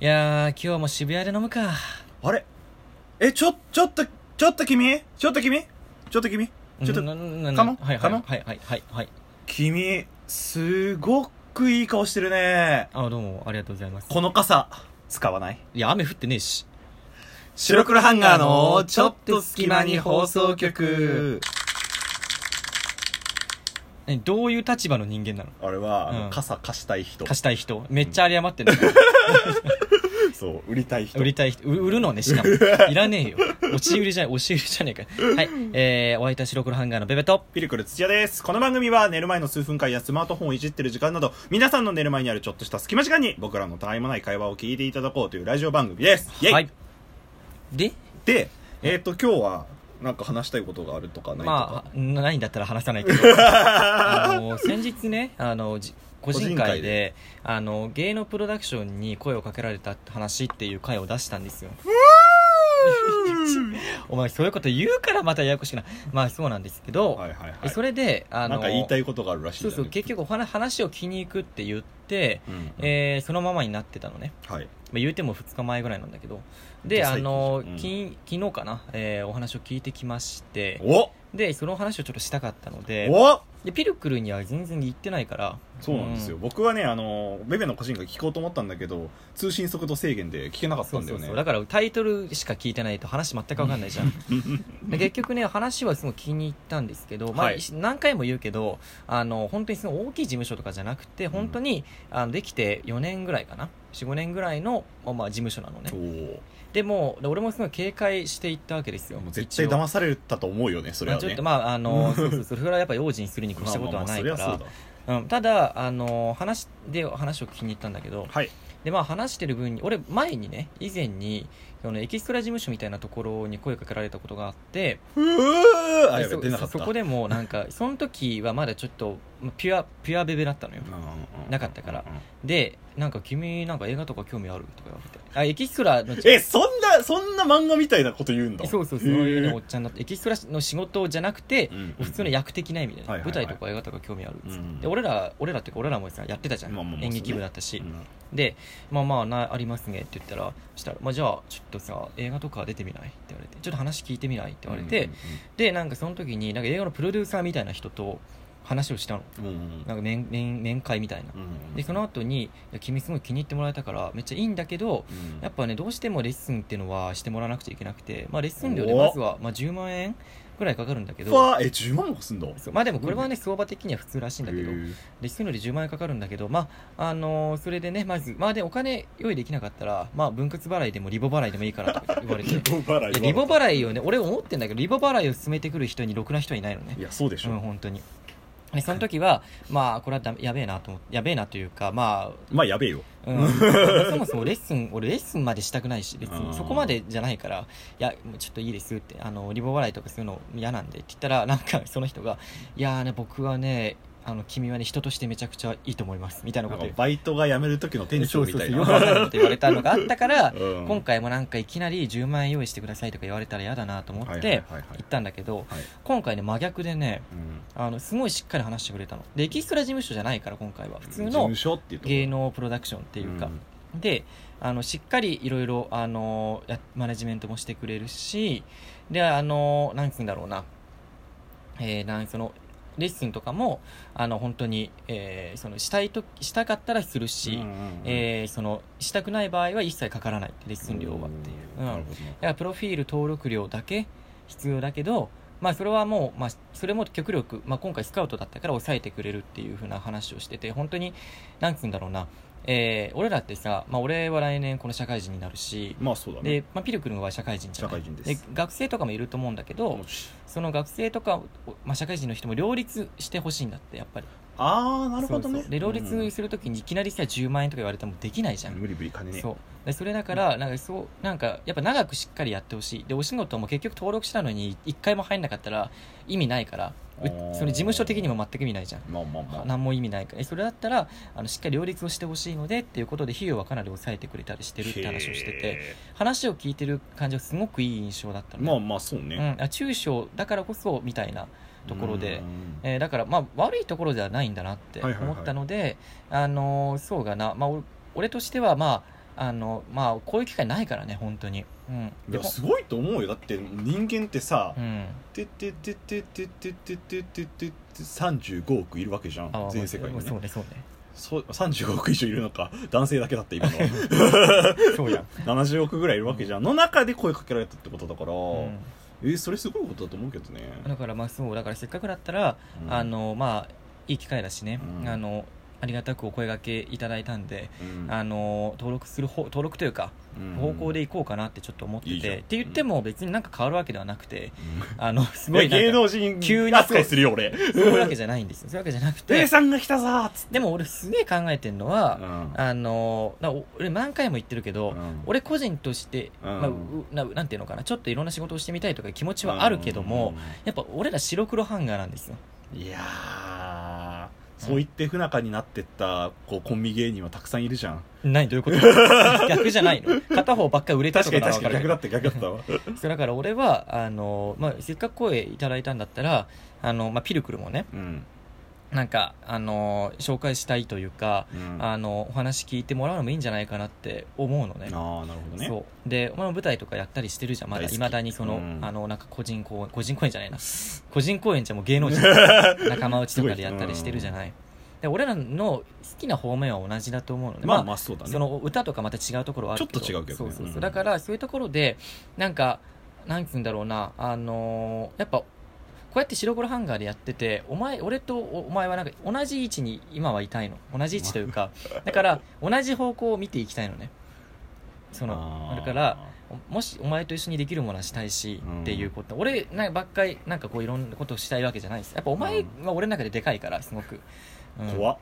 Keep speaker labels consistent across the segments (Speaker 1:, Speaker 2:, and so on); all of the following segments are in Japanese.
Speaker 1: いやー、今日も渋谷で飲むか。
Speaker 2: あれえ、ちょ、ちょっと、ちょっと君ちょっと君ちょっと君ちょっ
Speaker 1: な
Speaker 2: と、
Speaker 1: なな
Speaker 2: カモン
Speaker 1: はいは
Speaker 2: カ
Speaker 1: い
Speaker 2: モン
Speaker 1: はいはいはいはい。
Speaker 2: 君、すごくいい顔してるね。
Speaker 1: あ、どうも、ありがとうございます。
Speaker 2: この傘、使わない
Speaker 1: いや、雨降ってねえし。
Speaker 2: 白黒ハン
Speaker 1: ガーのちょっと隙間に放送局。えどういう立場の人間なの
Speaker 2: 俺は、あの
Speaker 1: うん
Speaker 2: 傘貸したい人。
Speaker 1: 貸したい人。めっちゃあり余って る。
Speaker 2: そう、売りたい人。
Speaker 1: 売りたい人。う売るのね、し かも。いらねえよ。押し売りじゃない、押し売りじゃねえか。はい。えー、お相手は白黒ハンガーのベベと。
Speaker 2: ピルクル土屋です。この番組は寝る前の数分間やスマートフォンをいじってる時間など、皆さんの寝る前にあるちょっとした隙間時間に僕らのたわいもない会話を聞いていただこうというラジオ番組です。イェイ、
Speaker 1: はい。で、
Speaker 2: で、えっ、と、今日は、なんか話したいことがあるとかないとか。
Speaker 1: まあ、ないんだったら話さ ないけど。あの先日ねあのじ個人
Speaker 2: 個
Speaker 1: 会
Speaker 2: 人
Speaker 1: で
Speaker 2: 会で
Speaker 1: あの芸能プロダクションに声をかけられた話っていう回を出したんですよお前そういうこと言うからまたややこしくないまあそうなんですけど、
Speaker 2: はいはいは
Speaker 1: え
Speaker 2: い。
Speaker 1: それであの
Speaker 2: なんか言いたいことがあるらしい
Speaker 1: そうそう
Speaker 2: 結
Speaker 1: 結局お話話を聞きに行くって言って、
Speaker 2: 構。うん
Speaker 1: えーそのままになってたのね、
Speaker 2: はい。
Speaker 1: まあ、言うても2日前ぐらいなんだけど
Speaker 2: じ
Speaker 1: で
Speaker 2: ゃあ
Speaker 1: あの、
Speaker 2: 最
Speaker 1: き昨日かな、えーお話を聞いてきまして
Speaker 2: お
Speaker 1: でその話をちょっとしたかったので
Speaker 2: お
Speaker 1: でピルクルには全然言ってないから
Speaker 2: そうなんですよ。
Speaker 1: う
Speaker 2: 僕はね、あの、ベベの個人が聞こうと思ったんだけど、通信速度制限で聞けなかった
Speaker 1: そうん
Speaker 2: だ
Speaker 1: そ
Speaker 2: よ
Speaker 1: う
Speaker 2: ね。
Speaker 1: そうだからタイトルしか聞いてないと話全く分かんないじ ゃんで結局ね話はすごい気に入ったんですけど、まあ
Speaker 2: はい
Speaker 1: 何回も言うけどあの本当にその大きい事務所とかじゃなくて本当に、あのできて4年ぐらいかな45年ぐらいの、まあ、まあ事務所なのね
Speaker 2: お
Speaker 1: でもで俺もすごい警戒していったわけですよ
Speaker 2: お。もう絶対
Speaker 1: 一応
Speaker 2: 騙されたと思うよね、それ
Speaker 1: まあ
Speaker 2: は
Speaker 1: ちょっ
Speaker 2: ね
Speaker 1: と。まああのそうそうそれぐらいやっぱ用心するに越したことはないか
Speaker 2: まあまあまあ
Speaker 1: ら
Speaker 2: そりゃそうだ
Speaker 1: うんただあの話で話を聞きに行ったんだけど
Speaker 2: はい。
Speaker 1: でまあ話してる分に俺前にね以前にそのエキストラ事務所みたいなところに声かけられたことがあって
Speaker 2: うーあ、
Speaker 1: で
Speaker 2: やべ、
Speaker 1: そ
Speaker 2: 出なかった。
Speaker 1: そこでもなんかその時はまだちょっとまあピュアピュアベベだったのよ
Speaker 2: うんうんうん、
Speaker 1: なかったから
Speaker 2: うんうん
Speaker 1: でなんか君なんか映画とか興味あるとか言われてあエキストラの
Speaker 2: え、そんな、そんな漫画みたいなこと言うんだ。
Speaker 1: そうそうそういうねおっちゃんだってエキストラの仕事じゃなくて
Speaker 2: うんうんうん
Speaker 1: 普通の役的な意味でね
Speaker 2: はいはいは
Speaker 1: 舞台
Speaker 2: い
Speaker 1: とか映画とか興味あるっつって
Speaker 2: うんうん
Speaker 1: で俺ら俺らっていうか俺らもさやってたじゃん
Speaker 2: まあまあまあ
Speaker 1: 演劇部だった
Speaker 2: う
Speaker 1: し
Speaker 2: ん
Speaker 1: で「まあまあなありますね」って言ったらしたら、まあ、じゃあちょっとさ映画とか出てみない?」って言われて「ちょっと話聞いてみない?」って言われて、でなんかその時になんか映画のプロデューサーみたいな人と話をしたの
Speaker 2: うんうんうん
Speaker 1: なんか面面面会みたいな
Speaker 2: うんうん
Speaker 1: でその後にいや「君すごい気に入ってもらえたからめっちゃいいんだけど
Speaker 2: うん
Speaker 1: やっぱねどうしてもレッスンっていうのはしてもらわなくちゃいけなくて、まあ、レッスン料でまずは、まあ、10万円ぐらいかかるんだけ
Speaker 2: ふ
Speaker 1: ど
Speaker 2: わーえ10万もすんだ
Speaker 1: そうまあでもこれはね相場的には普通らしいんだけど
Speaker 2: へー
Speaker 1: レッスン料で10万円かかるんだけど、まああのーそれでね、まず、まあ、でお金用意できなかったら、まあ、分割払いでもリボ払いでもいいからとか言わ れて、い
Speaker 2: リボ払い
Speaker 1: やリボ払いをね、俺、思ってんだけど、リボ払いを進めてくる人にろくな人はいないのね
Speaker 2: い、やそうでし
Speaker 1: う
Speaker 2: ょ、
Speaker 1: ん、本当に。でその時は、まあ、これはだめやべえなと思って、やべえなというか、ま
Speaker 2: まあやべえよ
Speaker 1: あ、う ん、そもそもレッスン、俺、レッスンまでしたくないし、別
Speaker 2: う
Speaker 1: に
Speaker 2: ん
Speaker 1: そこまでじゃないから、いや、もうちょっといいですって、あのリボ払いとかそういうの嫌なんでって言ったら、なん か、その人が、いやーね、僕はね、あの君はね人としてめちゃくちゃいいと思いますみたいな
Speaker 2: な
Speaker 1: こ
Speaker 2: ん
Speaker 1: と
Speaker 2: か
Speaker 1: 言う
Speaker 2: バイトが辞める時の店長みたい
Speaker 1: そうそうそうよくわかんない
Speaker 2: な
Speaker 1: こと言われたのがあったから、
Speaker 2: うん
Speaker 1: 今回もなんかいきなり10万円用意してくださいとか言われたら嫌だなと思
Speaker 2: はい
Speaker 1: っ
Speaker 2: はいはい
Speaker 1: て
Speaker 2: はい
Speaker 1: 行ったんだけど、
Speaker 2: はい
Speaker 1: 今回ね真逆でね
Speaker 2: うん
Speaker 1: あのすごいしっかり話してくれたのでエキストラ事務所じゃないから今回は普通
Speaker 2: 事
Speaker 1: の
Speaker 2: 務所っていうとこ
Speaker 1: 芸能プロダクションっていうか、であのしっかりいろいろあのやマネジメントもしてくれるしであのなんつうんだろうな,、えーなんそのレッスンとかもあの本当に、えーそのしたいとしたかったらするし、
Speaker 2: うんうんうん
Speaker 1: えーそのしたくない場合は一切かからないレッスン料はっていう、うん、
Speaker 2: な
Speaker 1: だ
Speaker 2: る
Speaker 1: か
Speaker 2: ほどな
Speaker 1: らプロフィール登録料だけ必要だけどまあそれはもう、まあ、それも極力、まあ、今回スカウトだったから抑えてくれるっていう風な話をしてて本当になんつうんだろうな、えー俺らってさ、まあ、俺は来年この社会人になるし、
Speaker 2: まあそうだね
Speaker 1: で、まあ、ピルクルは社会人じゃない
Speaker 2: 社会人です
Speaker 1: 学生とかもいると思うんだけど
Speaker 2: もし
Speaker 1: その学生とかを、まあ、社会人の人も両立してほしいんだってやっぱり
Speaker 2: ああなるほど
Speaker 1: そう
Speaker 2: ね
Speaker 1: そうで両
Speaker 2: うん
Speaker 1: 立するときにいきなりさ10万円とか言われてもできないじゃん
Speaker 2: 無理無理金ね
Speaker 1: そうでそれだから、なんかそうなんかやっぱ長くしっかりやってほしいでお仕事も結局登録したのに1回も入んなかったら意味ないからう
Speaker 2: あー
Speaker 1: その事務所的にも全く意味ないじゃん
Speaker 2: まあまあまあ
Speaker 1: 何も意味ないからえそれだったらあのしっかり両立をしてほしいのでっていうことで費用はかなり抑えてくれたりしてるって話をしてて
Speaker 2: へ
Speaker 1: 話を聞いてる感じはすごくいい印象だった
Speaker 2: ー
Speaker 1: のね
Speaker 2: まあまあそうね
Speaker 1: うん、あ中小だからこそみたいなところで、
Speaker 2: うん
Speaker 1: えーだから、まあ、悪いところではないんだなって
Speaker 2: はいはいはい
Speaker 1: 思ったので、あのーそうがな、まあ、お俺としては、まああのまあこういう機会ないからね本当にうん
Speaker 2: い
Speaker 1: で
Speaker 2: や
Speaker 1: も
Speaker 2: すごいと思うよだって人間ってさ
Speaker 1: うん
Speaker 2: 「てててててててててて35億いるわけじゃ
Speaker 1: あ
Speaker 2: ん全世界に
Speaker 1: そう
Speaker 2: ね
Speaker 1: ねそうね
Speaker 2: そう35億以上いるのか男性だけだって今の
Speaker 1: そうやん、
Speaker 2: 70億ぐらいいるわけじゃんの中で声かけられたってことだから、
Speaker 1: うん
Speaker 2: えそれすごいことだと思うけどね、
Speaker 1: だからまあそうだからせっかくだったら、
Speaker 2: うん
Speaker 1: あ、のまあいい機会だしね、
Speaker 2: うん
Speaker 1: あのありがたくお声掛けいただいたんで、
Speaker 2: うん
Speaker 1: あの登録する方登録というか
Speaker 2: うん
Speaker 1: 方向で行こうかなってちょっと思ってて、
Speaker 2: いいじゃん
Speaker 1: って言っても別になんか変わるわけではなくて、
Speaker 2: うん
Speaker 1: あのす
Speaker 2: い
Speaker 1: ご
Speaker 2: や
Speaker 1: いなんか
Speaker 2: 芸能人
Speaker 1: 急に
Speaker 2: 扱いするよ俺
Speaker 1: そういうわけじゃないんですよそういうわけじゃなくて、
Speaker 2: A さんが来たぞーっつって
Speaker 1: でも俺すげえ考えてるのは、あのなお俺何回も言ってるけど、
Speaker 2: うん
Speaker 1: 俺個人として、
Speaker 2: うん
Speaker 1: まあ、うななんていうのかなちょっといろんな仕事をしてみたいとか気持ちはあるけども、、やっぱ俺ら白黒ハンガーなんですよ
Speaker 2: うんいやーそう言って不仲になってったこうコンビ芸人はたくさんいるじゃん
Speaker 1: 何どういうこと 逆じゃないの片方ばっかり売れたと
Speaker 2: 確か
Speaker 1: か
Speaker 2: に確かに逆
Speaker 1: だ
Speaker 2: だった逆だったわ
Speaker 1: そうだから俺はあの、まあ、せっかく声いただいたんだったらあの、まあ、ピルクルもね
Speaker 2: うん、
Speaker 1: なんかあの紹介したいというか、
Speaker 2: うんあ
Speaker 1: あのお話聞いてもらうのもいいんじゃないかなって思うのね
Speaker 2: あーなるほどね
Speaker 1: そうでお前も舞台とかやったりしてるじゃんまだ
Speaker 2: 大好き
Speaker 1: いまだにその,、
Speaker 2: うん
Speaker 1: あのなんか個人公演個人公演じ ゃないな個人公演じゃもう芸能人仲間内とかでやったりしてるじ ゃない、で俺らの好きな方面は同じだと思うので、
Speaker 2: まあまあそうだね
Speaker 1: その歌とかまた違うところはあるけど
Speaker 2: ちょっと違うけどね
Speaker 1: そうそう
Speaker 2: う
Speaker 1: そ
Speaker 2: ん
Speaker 1: うだからそういうところでなんかなんて言うんだろうなあのーやっぱこうやって白黒ハンガーでやっててお前俺とおお前はなんか同じ位置に今はいたいの同じ位置という かだから同じ方向を見ていきたいのねその
Speaker 2: あー
Speaker 1: だからもしお前と一緒にできるものはしたいし、
Speaker 2: うん
Speaker 1: っていうこと俺なんかばっかりなんかこういろんなことをしたいわけじゃないですやっぱお前は俺の中ででかいからすごく、うん
Speaker 2: 怖っ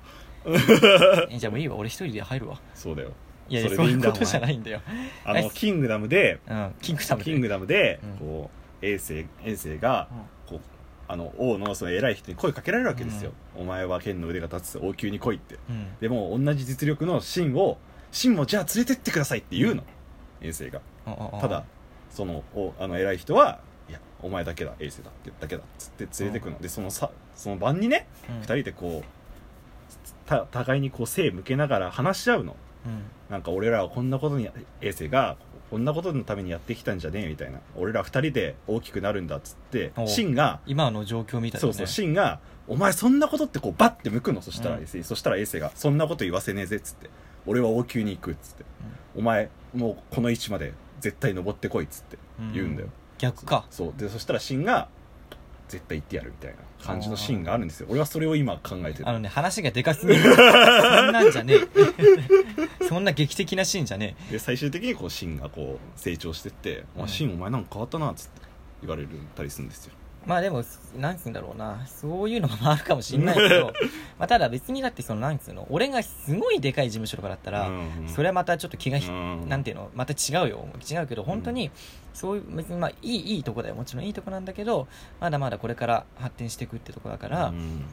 Speaker 1: えじゃあもういいわ俺一人で入るわ
Speaker 2: そうだよ
Speaker 1: いやいや
Speaker 2: そ
Speaker 1: そ
Speaker 2: れ
Speaker 1: うい
Speaker 2: でいいん
Speaker 1: う
Speaker 2: だ
Speaker 1: ことじゃないんだよ、
Speaker 2: あの
Speaker 1: え
Speaker 2: キングダムで
Speaker 1: うん、キングダム
Speaker 2: キングダムで
Speaker 1: うん
Speaker 2: こう衛星衛星がこうあの王のその偉い人に声かけられるわけですよ、お前は剣の腕が立つ王宮に来いって
Speaker 1: うん、うん
Speaker 2: でも同じ実力の秦を秦もじゃあ連れてってくださいって言うの衛星が
Speaker 1: あああ
Speaker 2: ただそのおあの偉い人はいやお前だけだ衛星だってだけだっつって連れてくのでそのさその晩にね
Speaker 1: うん
Speaker 2: 2人でこうた互いにこう背向けながら話し合うの
Speaker 1: うん
Speaker 2: なんか俺らはこんなことに衛星がこんなことのためにやってきたんじゃねえみたいな俺ら二人で大きくなるんだっつって
Speaker 1: おう
Speaker 2: シンが、
Speaker 1: 今の状況みたいな、
Speaker 2: そう
Speaker 1: ね、
Speaker 2: そうシンが「お前そんなこと」ってこうバッて向くのそしたら
Speaker 1: うん
Speaker 2: 衛星、そしたら衛星が「そんなこと言わせねえぜ」っつって「俺は王宮に行く」っつって「お前もうこの位置まで絶対登ってこい」っつって言うんだよ、
Speaker 1: 逆か
Speaker 2: そうでそしたらシンが「絶対行ってやる」みたいな感じのシーンがあるんですよ俺はそれを今考えてる
Speaker 1: あのね話がでかす ぎるそんなんじゃねえ そんな劇的なシーンじゃね
Speaker 2: で最終的にこうシンがこう成長してって「
Speaker 1: うん
Speaker 2: あシンお前なんか変わったな」っつって言われるたりするんですよ
Speaker 1: えまあでもなんつうんだろうなそういうのもあるかもしれないけ どまあただ別にだってそのなんつうの俺がすごいでかい事務所とかだったら、それはまたちょっと気がひ、なんていうのまた違うよ違うけど本当にそういう別にまあいいいいとこだよもちろんいいとこなんだけどまだまだこれから発展していくってとこだか、
Speaker 2: から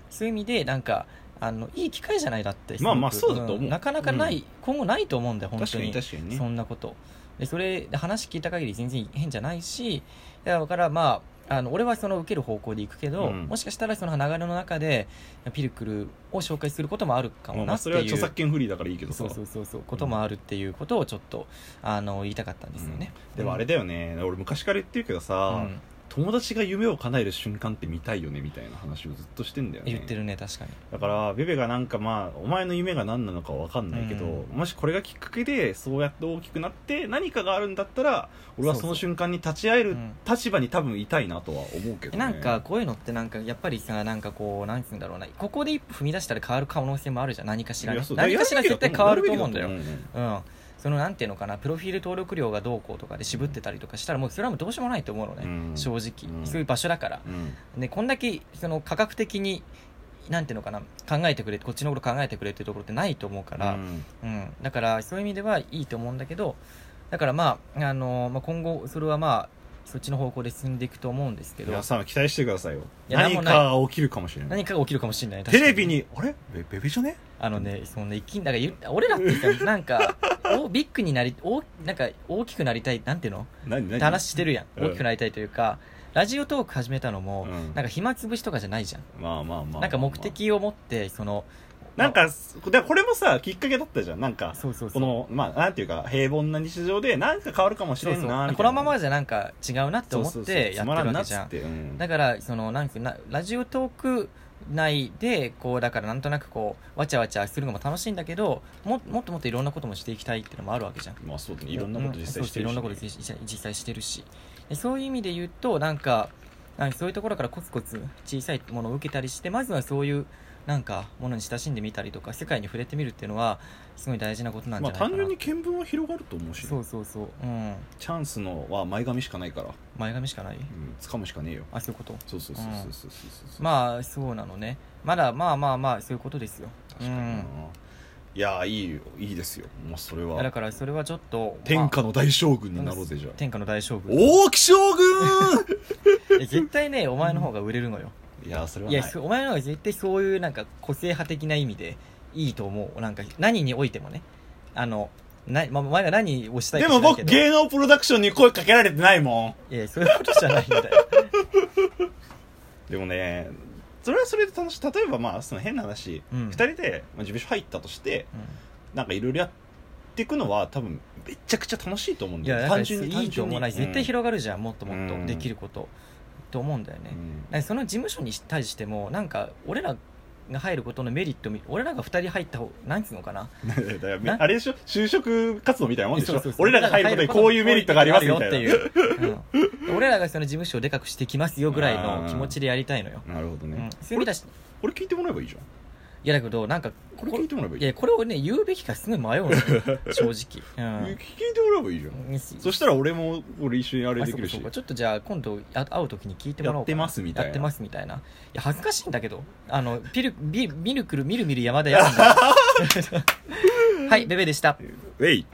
Speaker 1: そういう意味でなんかあのいい機会じゃないだって
Speaker 2: まあまあ
Speaker 1: すごく
Speaker 2: そうだと思うん
Speaker 1: なかなかない、今後ないと思うんだよ本
Speaker 2: 確
Speaker 1: 当
Speaker 2: か
Speaker 1: に
Speaker 2: に確かに
Speaker 1: そ
Speaker 2: ね
Speaker 1: んなことでそれで話聞いた限り全然変じゃないしだからまああの俺はその受ける方向で行くけど、
Speaker 2: うん
Speaker 1: もしかしたらその流れの中でピルクルを紹介することもあるか
Speaker 2: ま
Speaker 1: も
Speaker 2: あ
Speaker 1: な
Speaker 2: まあ
Speaker 1: って
Speaker 2: そ
Speaker 1: いう、
Speaker 2: れは著作権フリーだからいいけどさ
Speaker 1: そうそうそうそうこともあるっていうことをちょっとあの言いたかったんですよね、
Speaker 2: でもあれだよね俺昔から言ってるけど
Speaker 1: う
Speaker 2: さ
Speaker 1: ん
Speaker 2: 友達が夢を叶える瞬間って見たいよねみたいな話をずっとしてんだよね
Speaker 1: 言ってるね確かに
Speaker 2: だからベベがなんかまあお前の夢が何なのかわかんないけど、
Speaker 1: う
Speaker 2: もしこれがきっかけでそうやって大きくなって何かがあるんだったら俺はその瞬間に立ち会え
Speaker 1: う
Speaker 2: る
Speaker 1: ん
Speaker 2: 立場に多分いたいなとは思うけど、ね、
Speaker 1: なんかこういうのってなんかやっぱりさなんかこうなんて言うんだろうなここで一歩踏み出したら変わる可能性もあるじゃん何かしら、
Speaker 2: い
Speaker 1: ね
Speaker 2: や、そう
Speaker 1: 何かしら絶対変わると思うんだ
Speaker 2: や
Speaker 1: よ
Speaker 2: るべきだと思
Speaker 1: うんそのなんていうのかなプロフィール登録料がどうこうとかで渋ってたりとかしたらもうそれはもうどうしようもないと思うのね、
Speaker 2: うん
Speaker 1: 正直、
Speaker 2: うん
Speaker 1: そういう場所だから
Speaker 2: う、ん
Speaker 1: ね、こんだけその価格的になんていうのかな考えてくれこっちのこと考えてくれっていうところってないと思うか
Speaker 2: だ
Speaker 1: ら、うん、だからそういう意味ではいいと思うんだけどだからまあ、あのまあ、今後それはまあそっちの方向で進んでいくと思うんですけど
Speaker 2: 皆さん期待してくださいよ
Speaker 1: いやなんも
Speaker 2: 何か
Speaker 1: ない
Speaker 2: が起きるかもしれない
Speaker 1: 何かが起きるかもしれない
Speaker 2: テレビ
Speaker 1: 確か
Speaker 2: にあれベベベじゃね
Speaker 1: あのねそのねきんだからゆ俺らってさ なんかおビッグになりおなんか大きくなりたいなんていうの
Speaker 2: 何
Speaker 1: っ
Speaker 2: 何
Speaker 1: て話してるやん
Speaker 2: うん
Speaker 1: 大きくなりたいというか、ラジオトーク始めたのも、
Speaker 2: うん
Speaker 1: なんか暇つぶしとかじゃないじゃん、
Speaker 2: まあまあまあまあ
Speaker 1: なんか目的を持ってその
Speaker 2: なんか、でこれもさ、きっかけだったじゃん。なんか、
Speaker 1: そうそうそう
Speaker 2: この、まあ、なんていうか、平凡な日常で、なんか変わるかもし
Speaker 1: そう
Speaker 2: れ
Speaker 1: そ
Speaker 2: ん
Speaker 1: う
Speaker 2: な、みたいな。
Speaker 1: このままじゃなんか違うなって思
Speaker 2: そう
Speaker 1: っ
Speaker 2: そうそう
Speaker 1: てやってるわけじゃん
Speaker 2: つまらなっつってうん
Speaker 1: だからそのなんかなラジオトーク内でこうだからなんとなくこうわちゃわちゃするのも楽しいんだけどももっともっといろんなこともしていきたいっていうのもあるわけじゃん
Speaker 2: まあそうだね。いろんなこと実際してる
Speaker 1: うんそうそういろ
Speaker 2: し、
Speaker 1: んなこと実際実際してるしでそういう意味で言うとなんかなんかそういうところからコツコツ小さいものを受けたりしてまずはそういうなんかものに親しんでみたりとか世界に触れてみるっていうのはすごい大事なことなんじゃ
Speaker 2: まあ
Speaker 1: ないかな、
Speaker 2: 単純に見聞は広がると思うしね、
Speaker 1: そうそうそううん
Speaker 2: チャンスのは前髪しかないから、
Speaker 1: 前髪しかない
Speaker 2: うん、掴むしかねえよ。
Speaker 1: あそういうこと
Speaker 2: そうそうそうそうそうそうそう。
Speaker 1: まあそうなのねまだまあまあまあそういうことですよ
Speaker 2: 確かにな、いやーいいよいいですよもうそれ
Speaker 1: うん、だ
Speaker 2: は
Speaker 1: からそれはちょっと
Speaker 2: 天下
Speaker 1: の
Speaker 2: の大将軍になろうぜじゃあ
Speaker 1: 天下の大将軍
Speaker 2: 大木将軍
Speaker 1: え絶対ねお前の方が売れるのよ
Speaker 2: いやーそれはいな
Speaker 1: や
Speaker 2: い
Speaker 1: そお前の方が絶対そういうなんか個性派的な意味でいいと思うなんか何においてもねあのな、まあ、お前が何をしたい
Speaker 2: で
Speaker 1: か
Speaker 2: も僕
Speaker 1: 知らんけ
Speaker 2: 芸能プロダクションに声かけられてないも
Speaker 1: どいやそういうことじゃないんだよ
Speaker 2: んでもねそれはそれで楽しい例えばまあその変な話、
Speaker 1: う
Speaker 2: 二
Speaker 1: ん
Speaker 2: 2人でまあ事務所入ったとしてなんかいろいろやっていくのは多分めちゃくちゃ楽しいと思うん
Speaker 1: うんい
Speaker 2: だ
Speaker 1: や
Speaker 2: よ
Speaker 1: だから
Speaker 2: 単純に
Speaker 1: いいと思うな
Speaker 2: 単純に
Speaker 1: 絶対広がるじゃん、もっともっ
Speaker 2: う
Speaker 1: と
Speaker 2: ん
Speaker 1: できること、と思うんだよね、
Speaker 2: うんうん
Speaker 1: なんかその事務所に対してもなんか俺らが入ることのメリットみ俺らが2人入った方なんつうのかな
Speaker 2: だからめ
Speaker 1: な
Speaker 2: あれでしょ就職活動みたいなもんでし
Speaker 1: そう
Speaker 2: ょ
Speaker 1: そうそう
Speaker 2: 俺らが入ることにこういうメリットがありますみ
Speaker 1: よった
Speaker 2: い
Speaker 1: て
Speaker 2: な
Speaker 1: いう、うん俺らがその事務所をでかくしてきますよぐらいの気持ちでやりたいのよ、
Speaker 2: なるほど
Speaker 1: うん
Speaker 2: ね、、
Speaker 1: そういう意味だし
Speaker 2: これ聞いてもらえばいいじゃん
Speaker 1: いやだけどなんか
Speaker 2: これ聞いてもらえばいい
Speaker 1: いやこれをね言うべきかすごい迷うの よ正直、
Speaker 2: 聞いてもらえばいいじゃん
Speaker 1: うん、
Speaker 2: そしたら俺も俺一緒にあれできる
Speaker 1: あそうかそう
Speaker 2: し
Speaker 1: かちょっとじゃあ今度あ会う時に聞いてもらおうかな
Speaker 2: やってますみたいな
Speaker 1: やってますみたいないや恥ずかしいんだけどあのピル ビミルクルみるみる山田やるんだはいベベでした
Speaker 2: ウェイ